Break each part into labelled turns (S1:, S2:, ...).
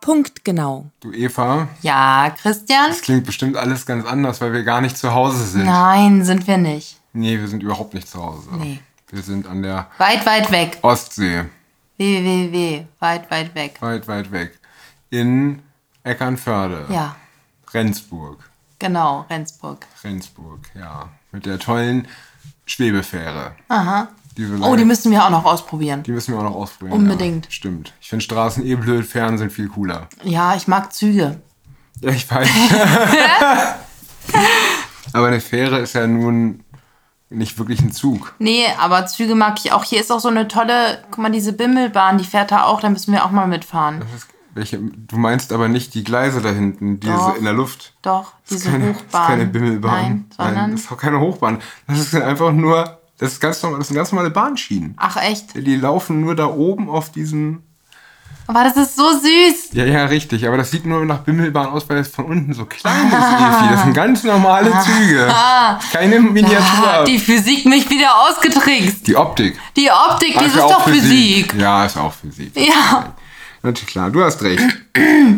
S1: Punktgenau.
S2: Du Eva,
S3: Ja, Christian?
S2: das klingt bestimmt alles ganz anders, weil wir gar nicht zu Hause sind.
S3: Nein, sind wir nicht.
S2: Nee, wir sind überhaupt nicht zu Hause.
S3: Nee.
S2: Wir sind an der
S3: Weit, weit weg.
S2: Ostsee,
S3: www. Weit, weit weg.
S2: weit, weit weg. In Eckernförde.
S3: Ja,
S2: Rendsburg.
S3: genau, Rendsburg.
S2: Rendsburg, ja. Mit der tollen Schwebefähre.
S3: Aha.
S2: Die wir
S3: Oh,
S2: leider-
S3: die müssen wir auch noch ausprobieren.
S2: die müssen wir auch noch ausprobieren.
S3: Unbedingt.
S2: Ja, stimmt. Ich finde Straßen eh blöd, Fähren sind viel cooler.
S3: Ja, ich mag Züge.
S2: Ja, ich weiß. Aber eine Fähre ist ja nun nicht wirklich ein Zug.
S3: Nee, aber Züge mag ich auch. Hier ist auch so eine tolle, guck mal, diese Bimmelbahn, die fährt da auch, da müssen wir auch mal mitfahren.
S2: Das- Welche, du meinst aber nicht die Gleise da hinten, die
S3: Doch.
S2: so in der Luft.
S3: Doch,
S2: Das ist
S3: diese
S2: keine, das ist
S3: Hochbahn.
S2: keine Bimmelbahn.
S3: Nein, sondern.
S2: das ist auch keine Hochbahn. Das ist einfach nur, das, ist ganz normal, das sind ganz normale Bahnschienen.
S3: Ach echt?
S2: Die laufen nur da oben auf diesem.
S3: Aber das ist so süß.
S2: Ja, ja, richtig. Aber das sieht nur nach Bimmelbahn aus, weil es von unten so klein ist, Evi. Das sind ganz normale Züge. Keine Miniatur.
S3: Hat Ah,
S2: Die,
S3: die Physik mich wieder ausgetrickst.
S2: Optik.
S3: Die Optik,
S2: Ah,
S3: das ist
S2: ja
S3: doch
S2: auch
S3: Physik.
S2: Ja, ist auch Physik.
S3: Ja.
S2: Natürlich, klar. Du hast recht.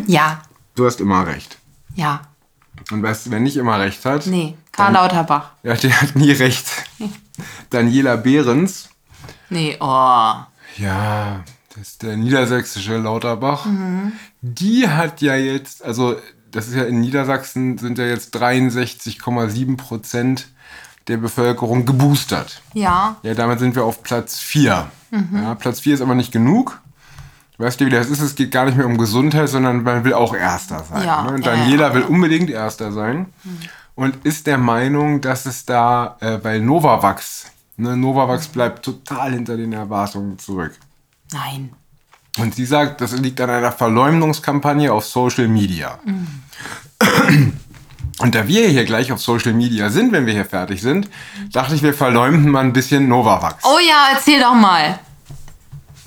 S3: Ja,
S2: Du hast immer recht.
S3: ja.
S2: Und weißt du, wer nicht immer recht hat?
S3: Nee, Karl Lauterbach.
S2: Ja, der hat nie recht. Daniela Behrens.
S3: Nee, oh.
S2: Ja, das ist der niedersächsische Lauterbach. Die hat ja jetzt, also das ist ja in Niedersachsen sind ja jetzt 63,7 Prozent der Bevölkerung geboostert.
S3: Ja,
S2: Ja, damit sind wir auf Platz 4.
S3: Mhm.
S2: Ja, Platz 4 ist aber nicht genug. Weißt du, wie das ist? Es geht gar nicht mehr um Gesundheit, sondern man will auch Erster sein.
S3: Ja,
S2: ne? Und
S3: ja,
S2: Daniela
S3: ja. Mhm.
S2: will unbedingt Erster sein und ist der Meinung, dass es da äh, bei Novavax, ne, Novavax bleibt total hinter den Erwartungen zurück.
S3: nein.
S2: Und sie sagt, das liegt an einer Verleumdungskampagne auf Social Media.
S3: Mhm.
S2: Und da wir hier gleich auf Social Media sind, wenn wir hier fertig sind, dachte ich, wir verleumden mal ein bisschen Novavax.
S3: Oh ja, erzähl doch mal.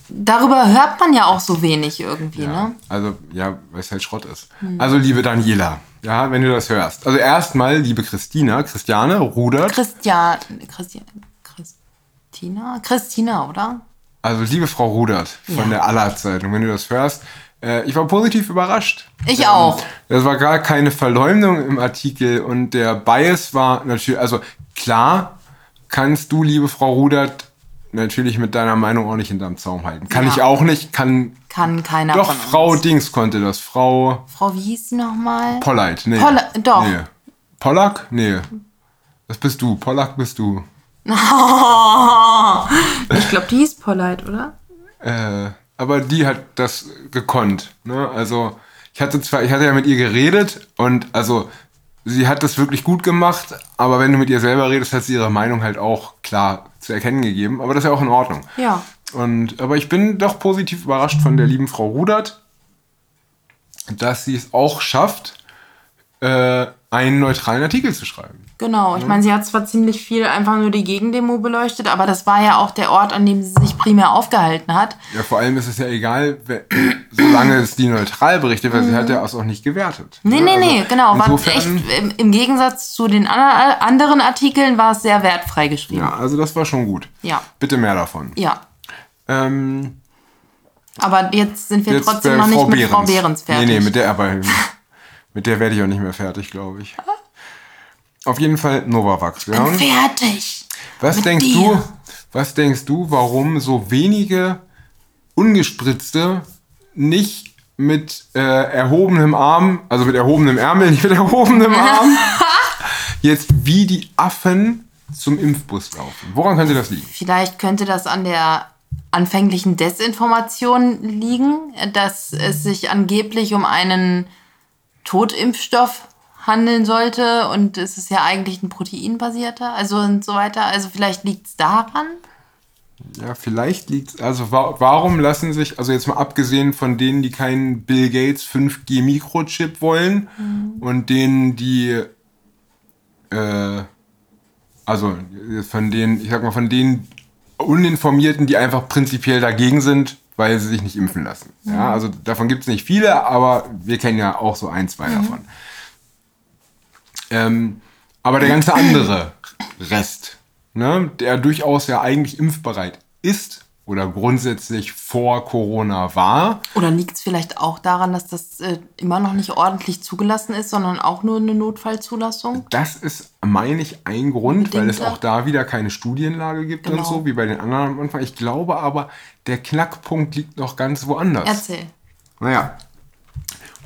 S3: Darüber hört man ja auch so wenig irgendwie, ne?
S2: Also, ja, weil es halt Schrott ist.
S3: Hm.
S2: Also, liebe Daniela, ja, wenn du das hörst. Also, erstmal, liebe Christina, Christiane rudert.
S3: Christian, Christian, Christina? Christina, oder?
S2: Also, liebe Frau Rudert von der Aller-Zeitung, wenn du das hörst. Äh, ich war positiv überrascht. Ähm,
S3: Ich auch.
S2: Das war gar keine Verleumdung im Artikel und der Bias war natürlich, also klar kannst du, liebe Frau Rudert, natürlich mit deiner Meinung auch nicht hinterm Zaum halten. Kann
S3: Ja.
S2: ich auch nicht, kann
S3: Kann keiner
S2: doch
S3: von uns.
S2: Frau Dings konnte das. Frau
S3: Frau, wie hieß sie nochmal?
S2: Polleit, nee.
S3: Polle- doch.
S2: Nee. Pollack? Nee. Das bist du. Pollack bist du.
S3: Ich glaube, die hieß Polleit, oder?
S2: Äh, aber die hat das gekonnt. Ne? Also ich hatte zwar, ich hatte ja mit ihr geredet und also sie hat das wirklich gut gemacht, aber wenn du mit ihr selber redest, hat sie ihre Meinung halt auch klar zu erkennen gegeben. Aber das ist ja auch in Ordnung.
S3: Ja.
S2: Und aber ich bin doch positiv überrascht von der lieben Frau Rudert, dass sie es auch schafft, äh, einen neutralen Artikel zu schreiben.
S3: Genau, ich meine, sie hat zwar ziemlich viel einfach nur die Gegendemo beleuchtet, aber das war ja auch der Ort, an dem sie sich primär aufgehalten hat.
S2: Ja, vor allem ist es ja egal, we- solange es die neutral berichtet, weil sie hat ja es auch nicht gewertet.
S3: Mhm. Nee,
S2: ne?
S3: nee,
S2: Also
S3: nee, genau. War
S2: insofern-
S3: echt, im, Im Gegensatz zu den ander- anderen Artikeln war es sehr wertfrei geschrieben.
S2: Ja, also das war schon gut.
S3: Ja.
S2: Bitte mehr davon.
S3: Ja.
S2: Ähm,
S3: Aber jetzt sind wir
S2: jetzt
S3: trotzdem
S2: bei
S3: noch nicht
S2: Frau
S3: mit
S2: Behrens.
S3: Frau Behrens fertig.
S2: Nee, nee, mit der, aber mit der werde ich auch nicht mehr fertig, glaube ich. Auf jeden Fall Novavax. Ja?
S3: fertig.
S2: Was
S3: mit
S2: denkst
S3: dir.
S2: du? Was denkst du, warum so wenige ungespritzte nicht mit äh, erhobenem Arm, also mit erhobenem Ärmel, nicht mit erhobenem Arm, jetzt wie die Affen zum Impfbus laufen? Woran könnte das liegen?
S3: Vielleicht könnte das an der anfänglichen Desinformation liegen, dass es sich angeblich um einen Totimpfstoff handeln sollte und es ist ja eigentlich ein proteinbasierter, also und so weiter. Also vielleicht liegt es daran.
S2: Ja, vielleicht liegt also wa warum lassen sich, also jetzt mal abgesehen von denen, die keinen Bill Gates 5G Mikrochip wollen und denen, die, äh, also von denen, ich sag mal, von denen Uninformierten, die einfach prinzipiell dagegen sind, weil sie sich nicht impfen lassen. Ja, also davon gibt es nicht viele, aber wir kennen ja auch so ein, zwei davon. Ähm, aber der ganze andere Rest, ne, der durchaus ja eigentlich impfbereit ist, oder grundsätzlich vor Corona war.
S3: Oder liegt es vielleicht auch daran, dass das äh, immer noch nicht ordentlich zugelassen ist, sondern auch nur eine Notfallzulassung?
S2: Das ist, meine ich, ein Grund, weil es
S3: Bedingter.
S2: auch da wieder keine Studienlage gibt
S3: Genau.
S2: und so, wie bei den anderen am Anfang. Ich glaube aber, der Knackpunkt liegt noch ganz woanders.
S3: Erzähl.
S2: Naja,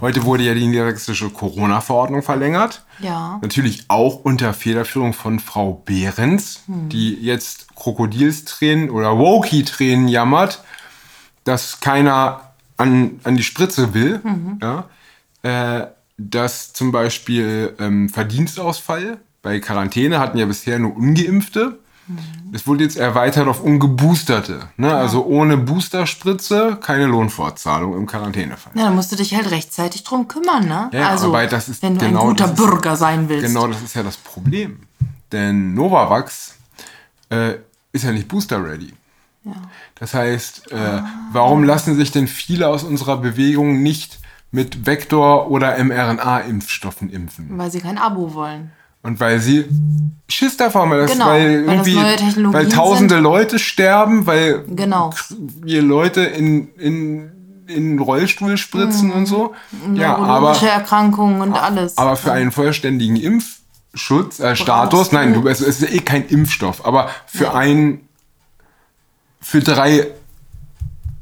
S2: heute wurde ja die niedersächsische Corona-Verordnung verlängert.
S3: Ja.
S2: Natürlich auch unter Federführung von Frau Behrens, die jetzt Krokodilstränen oder Woki-Tränen jammert, dass keiner an, an die Spritze will. Ja? Äh, dass zum Beispiel ähm, Verdienstausfall bei Quarantäne hatten ja bisher nur Ungeimpfte. Es wurde jetzt erweitert auf Ungeboosterte. Ne? Also ohne Boosterspritze keine Lohnfortzahlung im Quarantänefall.
S3: Na, dann musst du dich halt rechtzeitig drum kümmern, ne?
S2: Ja, aber das ist
S3: wenn du
S2: genau
S3: ein guter
S2: das ist-
S3: Bürger sein willst.
S2: Genau, das ist ja das Problem. Denn Novavax äh, ist ja nicht booster-ready.
S3: Ja. Ah.
S2: Das heißt, äh, warum lassen sich denn viele aus unserer Bewegung nicht mit Vektor- oder mRNA-Impfstoffen impfen?
S3: Weil sie kein Abo wollen. ne?
S2: Und weil sie Schiss davor haben, weil,
S3: Genau,
S2: das, weil,
S3: weil das
S2: irgendwie,
S3: neue Technologien
S2: weil tausende Leute sterben, weil
S3: Genau.
S2: wir Leute in, in, in einen Rollstuhl spritzen und so. Ja,
S3: Mhm.
S2: aber Ah,
S3: Neurologische Erkrankungen und alles.
S2: Aber für einen vollständigen Impfschutz, äh, Status, nein, du, es es ist eh kein Impfstoff, aber für einen, für drei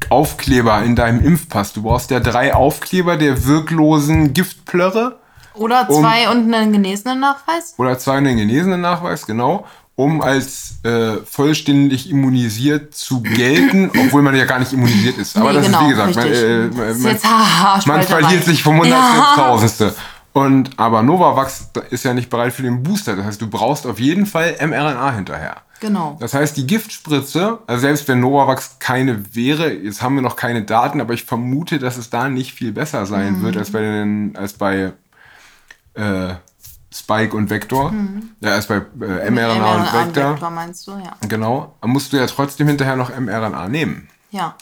S2: Aufkleber in deinem Impfpass. Du brauchst ja drei Aufkleber der wirklosen Giftplörre
S3: Oder
S2: um
S3: zwei und einen genesenen Nachweis?
S2: oder zwei in den genesenen Nachweis, genau, um als äh, vollständig immunisiert zu gelten, obwohl man ja gar nicht immunisiert ist. Aber
S3: Nee,
S2: das
S3: genau,
S2: ist, wie gesagt, man,
S3: richtig.
S2: äh, man,
S3: Das ist
S2: man-
S3: jetzt haha,
S2: Man
S3: Spalterei.
S2: verliert sich vom Hundertstel
S3: Ja.
S2: ins Tausendste. Und, aber Novavax ist ja nicht bereit für den Booster. Das heißt, du brauchst auf jeden Fall mRNA hinterher.
S3: Genau.
S2: Das heißt, die Giftspritze, also selbst wenn Novavax keine wäre, jetzt haben wir noch keine Daten, aber ich vermute, dass es da nicht viel besser
S3: Mhm.
S2: sein wird als bei, den, als bei äh, Spike und Vector.
S3: Mhm.
S2: Ja, als bei äh, mRNA, und Vector.
S3: Vektor meinst du, ja.
S2: Genau. Da musst du ja trotzdem hinterher noch mRNA nehmen.
S3: Ja.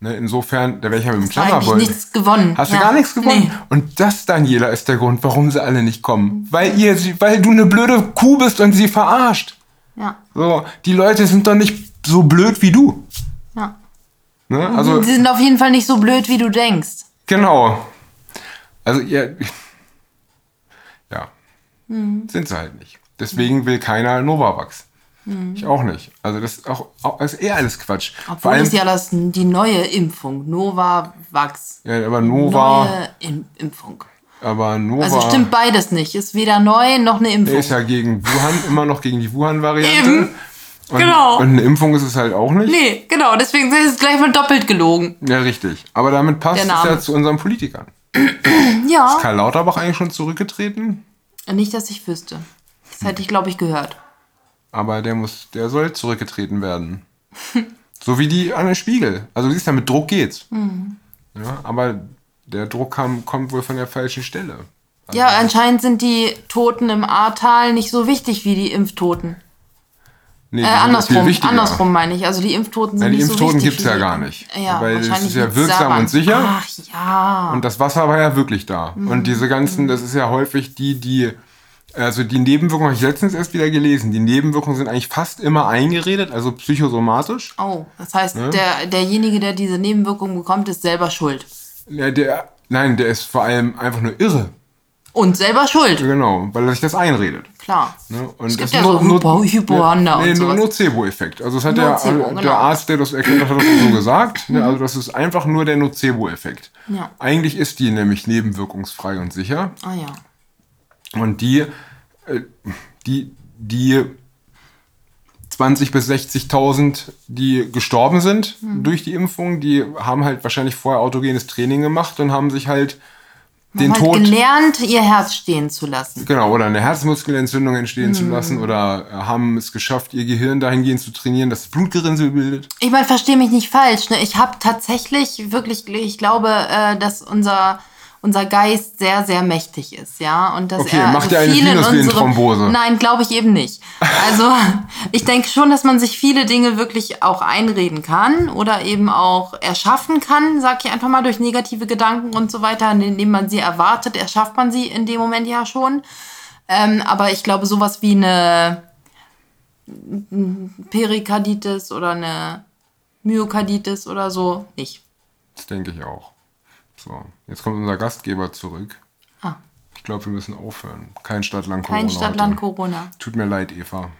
S2: Ne, insofern, da wäre ich ja mit dem
S3: Eigentlich
S2: Klammerbeutel.
S3: nichts gewonnen.
S2: Hast
S3: ja.
S2: du gar nichts gewonnen?
S3: Nee.
S2: Und das, Daniela, ist der Grund, warum sie alle nicht kommen. Weil ihr, sie- weil du eine blöde Kuh bist und sie verarscht.
S3: Ja.
S2: So, die Leute sind doch nicht so blöd wie du.
S3: ja.
S2: Ne? Also,
S3: Die sind auf jeden Fall nicht so blöd, wie du denkst.
S2: genau. Also, ihr, ja,
S3: Mhm.
S2: sind sie halt nicht. Deswegen will keiner Novavax. Ich auch nicht. Also, das ist, auch, auch, das ist eh alles Quatsch. Vor
S3: Mhm. Obwohl
S2: allem,
S3: es ja das, die neue Impfung, Novavax.
S2: ja, aber Nova,
S3: Neue Im Impfung.
S2: aber Nova
S3: Also stimmt beides nicht. Ist weder neu noch eine
S2: Er
S3: Impfung.
S2: ist ja gegen Wuhan, immer noch gegen die Wuhan-Variante.
S3: Eben.
S2: Und,
S3: Genau.
S2: Und eine Impfung ist es halt auch nicht.
S3: nee, genau. Deswegen ist es gleich mal doppelt gelogen.
S2: Ja, richtig. Aber damit passt
S3: Der
S2: es
S3: Name.
S2: ja zu unseren Politikern.
S3: Ja.
S2: Karl Lauterbach eigentlich schon zurückgetreten,
S3: Nicht, dass ich wüsste. Das hätte ich, glaube ich, gehört.
S2: aber der muss, der soll zurückgetreten werden. so wie die Anne Spiegel. Also du siehst ja, mit Druck geht's.
S3: Mhm.
S2: Ja, aber der Druck kam, kommt wohl von der falschen Stelle.
S3: Ja, anscheinend sind die Toten im Ahrtal nicht so wichtig wie die Impftoten.
S2: Nee,
S3: Äh,
S2: die sind viel
S3: andersrum,
S2: wichtiger.
S3: andersrum meine ich. Also die Impftoten sind
S2: Ja, die
S3: nicht
S2: Impftoten
S3: so wichtig.
S2: gibt's
S3: wie
S2: ja
S3: die-
S2: gar nicht.
S3: Ja,
S2: Weil das
S3: wahrscheinlich
S2: ist ja
S3: liegt's
S2: wirksam
S3: daran. Ah,
S2: und sicher.
S3: Ach ja. Mhm.
S2: Und das Wasser war ja wirklich da. Und diese ganzen, das ist ja häufig die, die, also die Nebenwirkungen habe ich letztens erst wieder gelesen. Die Nebenwirkungen sind eigentlich fast immer eingeredet, also psychosomatisch.
S3: Oh, das heißt,
S2: Ne?
S3: der, derjenige, der diese Nebenwirkung bekommt, ist selber schuld.
S2: Ja, der, nein, der ist vor allem einfach nur irre.
S3: Und selber schuld,
S2: Genau, weil er sich das einredet.
S3: klar.
S2: Ne? Und
S3: Es gibt
S2: das
S3: ja so Hypo- Hypohonder
S2: ne,
S3: und sowas.
S2: nur Nocebo-Effekt. Also das hat
S3: Nocebo,
S2: der, der
S3: genau.
S2: Arzt, der das erklärt hat, hat das so gesagt. Ne? Also das ist einfach nur der Nocebo-Effekt.
S3: Ja.
S2: Eigentlich ist die nämlich nebenwirkungsfrei und sicher.
S3: Ah ja.
S2: Und die, äh, die, die 20 bis 60.000, die gestorben sind
S3: Hm.
S2: durch die Impfung, die haben halt wahrscheinlich vorher autogenes Training gemacht und haben sich halt den
S3: Haben halt
S2: Tod,
S3: gelernt, ihr Herz stehen zu lassen.
S2: genau, oder eine Herzmuskelentzündung entstehen zu
S3: Mhm.
S2: lassen oder äh, haben es geschafft, ihr Gehirn dahingehend zu trainieren, dass es Blutgerinnsel bildet.
S3: Ich meine, verstehe mich nicht falsch. Ne? Ich habe tatsächlich wirklich, ich glaube, äh, dass unser unser Geist sehr, sehr mächtig ist, ja. Und dass
S2: Okay,
S3: er
S2: macht ihr eine
S3: viel in
S2: Venusvenenthrombose?
S3: unserem- Nein, glaube ich eben nicht. Also ich denke schon, dass man sich viele Dinge wirklich auch einreden kann oder eben auch erschaffen kann, sag ich einfach mal, durch negative Gedanken und so weiter, ne, indem man sie erwartet, erschafft man sie in dem Moment ja schon. Ähm, aber ich glaube, sowas wie eine Perikarditis oder eine Myokarditis oder so nicht.
S2: Das denke ich auch. So, jetzt kommt unser Gastgeber zurück.
S3: Ah.
S2: Ich glaube, wir müssen aufhören. Kein Stadtland Corona.
S3: Kein Stadtland
S2: heute.
S3: Corona.
S2: Tut mir leid, Eva.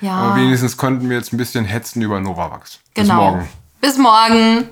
S3: Ja.
S2: Aber wenigstens konnten wir jetzt ein bisschen hetzen über Novavax.
S3: Ah.
S2: Bis
S3: genau.
S2: morgen.
S3: Bis morgen.